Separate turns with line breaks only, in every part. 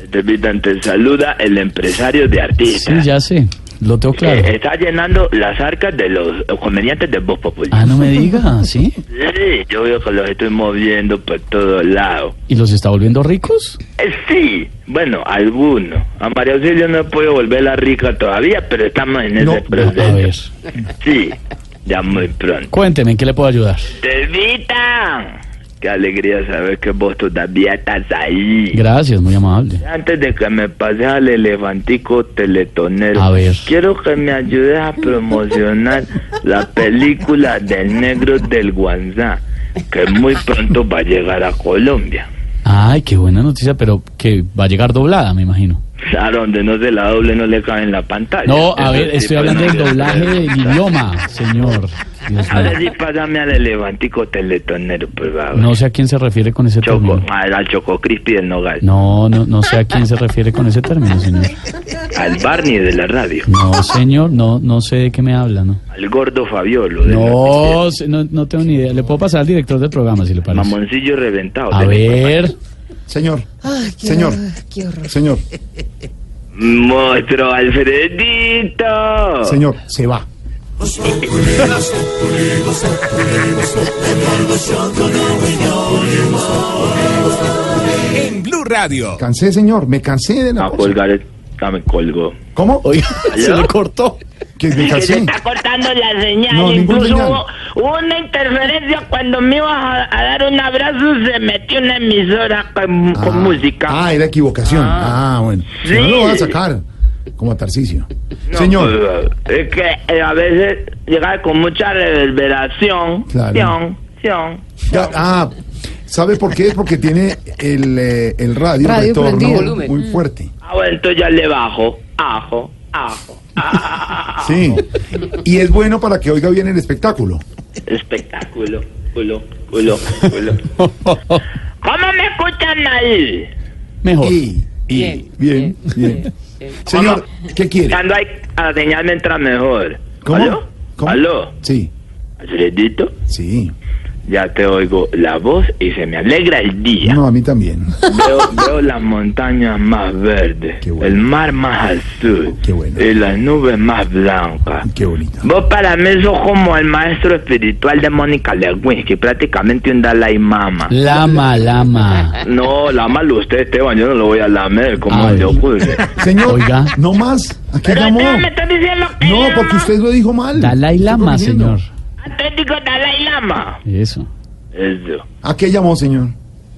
Estevita, te saluda el empresario de
Sí,
artistas.
ya sé, lo tengo claro.
que está llenando las arcas de los comediantes de Voz Populi.
Ah, no me diga, ¿sí?
Sí, yo veo que los estoy moviendo por todos lados.
¿Y los está volviendo ricos?
Eh, sí, bueno, algunos. A María Auxilio no puedo volverla rica todavía, pero eh. estamos en ese
a
proceso.
ver,
Sí, ya muy pronto.
cuénteme, ¿en qué le puedo ayudar?
Estevita, qué alegría saber que vos todavía estás ahí.
Gracias, muy amable.
Antes de que me pase al elefantico teletonero,
A ver.
quiero que me ayudes a promocionar la película del negro del Guanzá, que muy pronto va a llegar a Colombia.
Ay, qué buena noticia, pero que va a llegar doblada, me imagino.
A donde no se la doble no le cae en la pantalla.
No, a
Eso
ver,
sí,
estoy
pues,
hablando
no
del
se la
doblaje
doble.
del idioma, señor. Dios
Ahora sí,
mío.
pásame al elefantico teletonero, por favor.
No sé a quién se refiere con ese
Choco,
término.
al, al Choco Crispy del Nogal,
No, no, no sé a quién se refiere con ese término, señor.
al Barney de la radio,
No, señor, no, no sé de qué me habla, ¿no?
al gordo Fabiolo de la
No, se- no, no tengo ni idea. Le puedo pasar al director del programa, si le parece.
Mamoncillo reventado.
A
de mi
ver.
Señor,
Ay, qué
Señor.
horror, qué horror.
señor,
Monstruo Alfredito.
señor, se va.
en Blue Radio.
Cansé, señor, me cansé de la
A
cosa.
colgar. el- Ah, me colgó.
¿Cómo?
se le cortó.
Que me
Que se
cansé.
está cortando la señal.
No, ningún
Incluso
señal.
hubo, hubo una interferencia cuando me ibas a, a dar un abrazo. Se metió una emisora con, con
Ah,
música.
Ah, era equivocación. Ah, bueno. Si no
Sí.
lo van a sacar. Como a Tarcicio.
No,
Señor,
pues, Es que eh, a veces llega con mucha reverberación.
Claro.
Sion, sion.
ya- ah, ¿sabe por qué? Es porque tiene el, eh, el radio,
Radio
retorno
prendido, volumen.
muy fuerte.
Ah, bueno, entonces ya le bajo. Ajo, ajo. Ah,
Sí. Y es bueno para que oiga bien el espectáculo.
espectáculo. Culo, culo, culo. ¿Cómo me escuchan ahí? Oh.
Mejor.
Y, y- bien, bien, Señor, ¿qué quiere?
Cuando hay a la señal me entra mejor. ¿Aló?
¿Cómo?
¿Aló?
Sí,
Alfredito,
sí.
ya te oigo la voz y se me alegra el día.
No, a mí también.
Veo, veo las montañas más verdes,
Qué bueno.
el mar más azul
Qué bueno.
y las nubes más blancas.
Qué bonito.
Vos para mí sos como el maestro espiritual de Mónica Lewinsky, prácticamente un Dalai Mama.
Lama, lama.
No, lámalo usted, Esteban, yo no lo voy a lamer, como
Ay.
se ocurre.
Señor,
Oiga.
no más. Aquí
Pero
llamó.
Esteban, me estás diciendo que
No,
Lama-
porque usted lo dijo mal.
Dalai
Estoy
Lama,
corrigiendo.
señor.
Ah, te digo Dalai Lama.
Eso.
Eso.
¿A qué llamó, señor?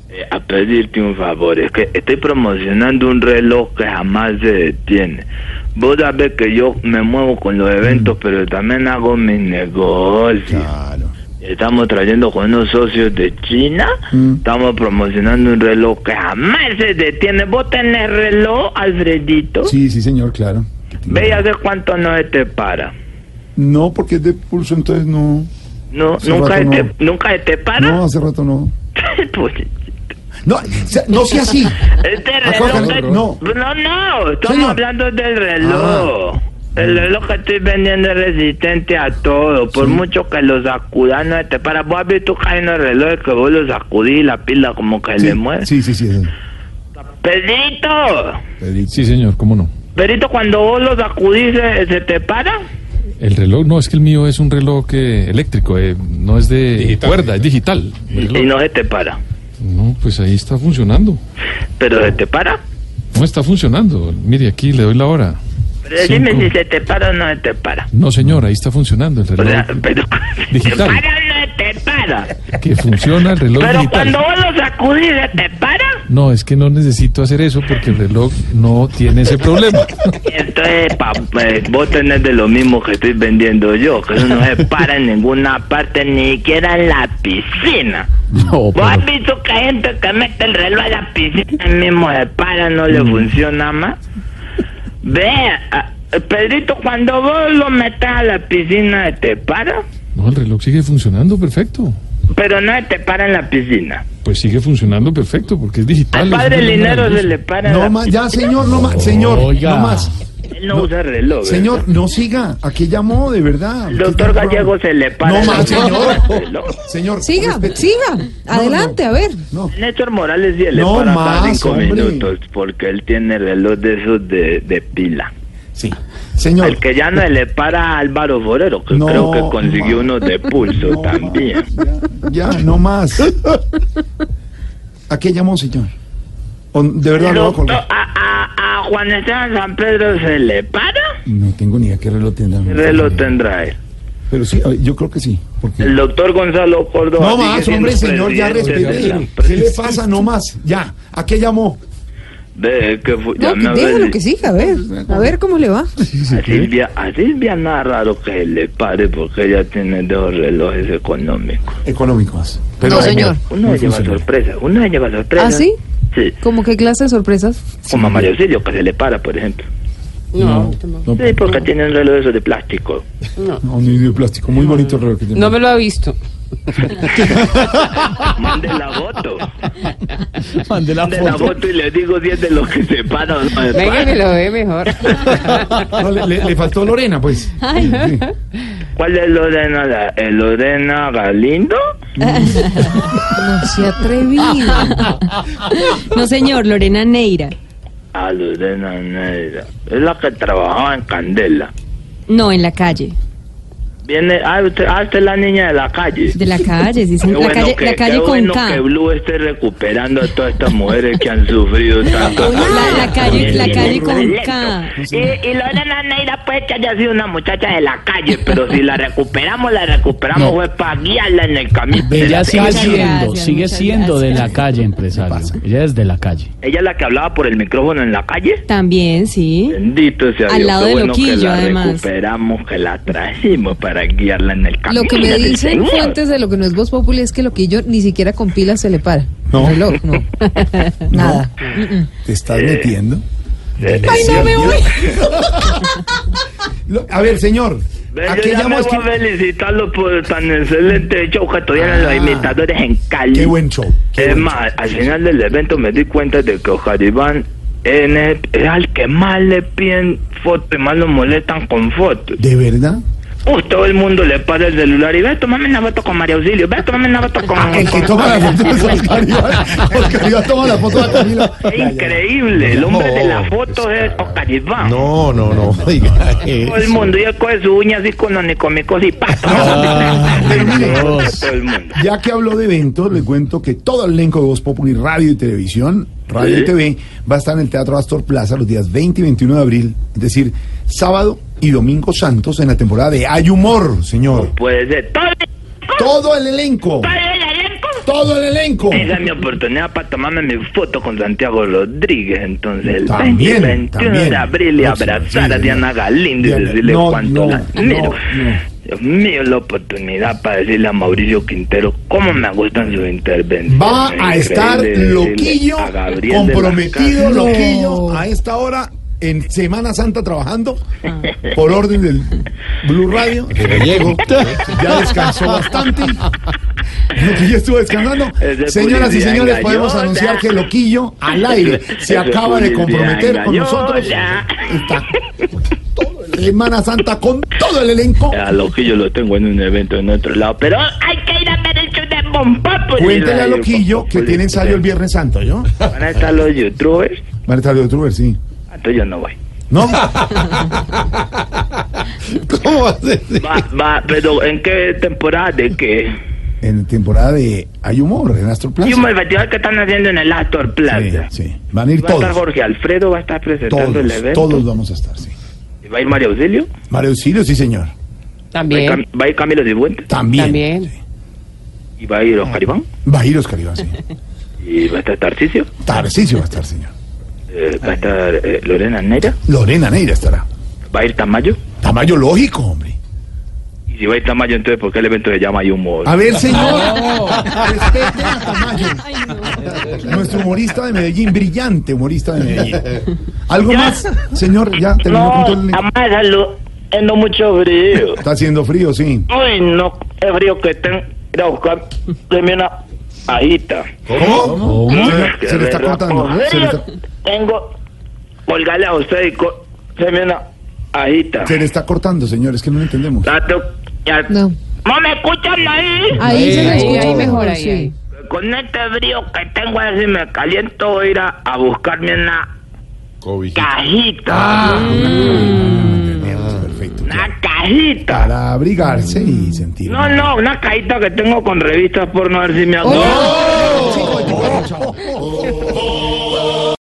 Eh, a pedirte un favor, es que estoy promocionando un reloj que jamás se detiene. Vos sabés que yo me muevo con los
Mm.
eventos, pero también hago mis negocios.
Claro.
Estamos trayendo con unos socios de China,
Mm.
estamos promocionando un reloj que jamás se detiene. ¿Vos tenés reloj, Alfredito?
Sí, sí, señor, claro.
Ve y hace cuánto no se te para.
No, porque es de pulso, entonces no.
No,
Hace
nunca, se
rato
te,
no.
nunca se te para.
No, hace rato no.
Pues,
No, se- no sea así.
Este reloj.
Acuérdate,
que-
Ah, no.
No, no, estamos
Señor. Ah.
hablando del reloj. El reloj que estoy vendiendo es resistente a todo. Por mucho que lo sacudas, no te para. Vos has visto que hay unos relojes que vos lo sacudís y la pila como que
Sí,
le mueve.
sí, sí, sí. sí.
Pedrito,
Pedrito.
Sí, señor, cómo no.
Pedrito, cuando vos lo sacudís, ¿se, se te para?
El reloj, no, es que el mío es un reloj eh, eléctrico, eh, no es de cuerda, es digital. el
Y
reloj.
no se te para.
No, pues ahí está funcionando.
Pero se te para.
No está funcionando. Mire, aquí le doy la hora.
Pero dime
Cinco.
si se te para o no se te para.
No, señor, ahí está funcionando el
O
reloj.
sea, pero se te
Digital.
para o no se te para.
Que funciona el reloj
Pero
digital.
cuando vos lo sacudís, ¿se te para?
No, es que no necesito hacer eso porque el reloj no tiene ese problema.
Entonces, pa, eh, vos tenés de lo mismo que estoy vendiendo yo, que eso no se para en ninguna parte, ni siquiera en la piscina.
No,
¿Vos has
pero,
visto que hay gente que mete el reloj a la piscina y mismo se para, no
Mm.
le funciona más? Ve, a- Pedrito, cuando vos lo metas a la piscina, ¿te para?
No, el reloj sigue funcionando perfecto.
Pero no se te para en la piscina.
Pues sigue funcionando perfecto porque es
Ah,
digital.
Al
es un
padre
reloj
Linero se
maravilloso.
le para. en
No
la
más,
piscina.
ya, señor, no más, señor,
Oiga.
no más.
Él no, usa reloj. ¿verdad?
Señor, no siga. ¿A qué llamó, de verdad?
El doctor Gallego se le para.
No
en la
más,
piscina
señor.
el reloj.
Señor,
Siga,
respete.
siga. Adelante,
no.
a ver.
No,
Néstor Morales sí le
No
para cada
más,
cinco
hombre.
minutos porque él tiene reloj de esos de, de pila.
sí. Señor.
El que ya no le para a Álvaro Forero, que
No,
creo que consiguió
ma-
uno de pulso
no más,
también.
Ya, ya, no más. ¿A qué llamó, señor? O- de verdad lo voy a
Doctor,
colgar.
a, a, a Juan Esteban San Pedro se le para.
No tengo ni idea qué reloj tendrá.
¿Qué reloj tendrá él?
Pero sí, a ver, yo creo que sí. Porque...
El doctor Gonzalo Córdoba.
No
sigue
más,
siendo
hombre, señor, ya
presidente de la
respete. ¿Qué le pasa? No más. Ya. ¿A qué llamó?
Ve, que fu-
No,
llamé a
que déjalo
ver-
que siga, a ver. A ver cómo le va.
A Silvia, a Silvia nada raro que le pare porque ella tiene dos relojes económicos.
Económicos.
No, señor.
Uno
No
lleva
funciona.
sorpresa, uno lleva sorpresa.
¿Ah, sí?
Sí,
¿Cómo qué clase de sorpresas?
como a Mario Silvio que se le para, por ejemplo.
No,
No,
Sí, pues porque tiene un reloj de esos de plástico.
no, ni de plástico. Muy bonito el reloj que tiene.
no me lo ha visto.
Mande la voto.
Mande la
Mande la
foto.
voto y le digo si es de los que se para o no se
Venga, y me
para.
lo ve mejor.
No, le, le- le faltó Lorena, pues. Sí.
¿Cuál es Lorena? La- eh, ¿Lorena Galindo?
No se atrevido. No, señor, Lorena Neira.
Ah, Lorena Neira. Es la que trabajaba en Candela.
No, en la calle.
Viene, ah, usted, ah, usted es la niña de la calle.
De la calle, sí,
Qué
sí. La
bueno
calle,
que-
la
qué
calle con
bueno
K.
que Blue esté recuperando a todas estas mujeres que han sufrido tanto.
La, la calle, la calle con K.
Y, y Lorena Neira puede que haya sido una muchacha de la calle, pero si la recuperamos, la recuperamos fue para guiarla en el camino. de la
Ella sigue
Muchas
siendo,
gracias,
sigue
muchas
siendo de
gracias.
la calle, empresario. Ella es de la calle.
Ella es la que hablaba por el micrófono en la calle.
También, sí.
Bendito sea
Al
Dios,
lado
qué
de
bueno que
Loquillo,
la
además.
recuperamos, que la trajimos para guiarla en el camino.
Lo que me
del
dicen
Señor.
fuentes de lo que no es Voz Populi es que lo que yo ni siquiera con pilas se le para. No. Reloj, no. Nada.
¿Te
Eh,
estás metiendo?
¡Ay, no me voy!
Lo- A ver, señor.
Ve,
¿A
Yo
qué
ya
llamó?
me
Es
voy a
que-
felicitarlo por tan excelente show que tuvieron los
Ah.
imitadores en Cali.
Qué buen show. qué
Es
buen
más, al final del evento me di cuenta de que Ojaribán en el- es al que más le piden fotos y más lo molestan con fotos.
¿De verdad?
Uy, todo el mundo le para el celular y ve, tomame una foto con María Auxilio, ve, tomame una foto con...
El que
con-
toma la foto es Oscar Iván. Oscar Iván toma la foto de Camila.
Es increíble, el hombre de las fotos es Ojaribán.
No, no, no. Oiga,
Todo el mundo, y él coge su uña así con los nicomicos y pa,
Ah,
Todo el mundo.
Dios.
Todo el mundo.
Ya que habló de eventos, le cuento que todo el elenco de Voz Populi Radio y Televisión, Radio
Sí.
y TV, va a estar en el Teatro Astor Plaza los días 20 y 21 de abril, es decir, sábado y domingo santos en la temporada de Hay Humor, señor.
Puede ser. Todo el-
Todo el elenco,
todo el elenco.
todo el elenco.
Esa es mi oportunidad para tomarme mi foto con Santiago Rodríguez. Entonces, el
También,
20 y 21
también.
de abril y
No, sí,
abrazar a
sí,
Diana
no.
Galindo y
Diana,
decirle
no,
cuánto
no,
la admiro.
no, no.
Dios mío, la oportunidad para decirle a Mauricio Quintero cómo me gustan sus intervenciones.
Va a estar
Increíble decirle
loquillo,
a Gabriel de la
comprometido,
Casa.
loquillo, a esta hora en Semana Santa trabajando por orden del Blue Radio.
Gallego.
Ya descansó bastante. Loquillo estuvo descansando.
Es de
Señoras y
publicidad
señores, podemos
engañosa.
anunciar que Loquillo al aire
Es
se
de
acaba de
publicidad
comprometer con nosotros.
engañosa.
Está todo el- Semana Santa con todo el elenco.
A Loquillo lo tengo en un evento en otro lado, pero hay que ir a ver el show de Bon Populi.
Cuéntele a
Radio
Loquillo que
Populi.
tiene ensayo el Viernes Santo, ¿yo?
Van a estar los youtubers,
Van a estar los youtubers, sí.
entonces yo no voy.
¿No?
¿Cómo va a ser?
Va, va, pero ¿en qué temporada? ¿De qué?
En temporada de Hay Humor en Astro Plaza.
Y un festival que están haciendo en el Astor Plaza.
Sí, sí. Van a ir
Va a estar
todos.
Jorge Alfredo, va a estar presentando el
Todos,
evento.
todos vamos a estar, sí.
¿Va a ir María Auxilio?
Mario Auxilio, sí,
¿Va
señor.
a ir,
También.
Cam- va a ir Camilo de Buente?
También.
También.
Sí. Ah.
¿Y va a ir Oscar Iván?
Va a ir Oscar Iván, sí.
¿Y va a estar Tarcicio?
Tarcisio va a estar, señor.
Eh,
Ah.
¿Va a estar eh, Lorena Neira?
Lorena Neira estará.
¿Va a ir Tamayo?
Tamayo lógico, hombre.
Y si va a ir Tamayo, entonces, ¿por qué el evento se llama Hay Humor?
A ver, señor. Respete a Tamayo. Nuestro humorista de Medellín, brillante humorista de Medellín. ¿Algo más, señor? Ya terminó
No,
con todo el-
amáralo, es no mucho frío.
Está haciendo frío, sí.
Uy, no, es frío que estén. Ir a buscar, deme una ajita.
¿Cómo?
¿Mm?
Se, se le está cortando. ¿no? Se le está,
Tengo, colgarle a usted y co- deme una ajita.
se le está cortando, señor. Es que no lo entendemos.
Tato, ya-
No.
¿No me escuchan ahí?
Ahí se lo
ahí,
Oh,
escucho
ahí
mejor,
mejor,
ahí. ahí.
Con este frío que tengo, a ver si me caliento, voy a ir a, a buscarme una cajita.
Ah, Entendemos, perfecto.
Una cajita.
Para abrigarse y sentir.
No, no, una cajita que tengo con revistas porno, a ver si me
Oiga,
acuerdo.
Chico,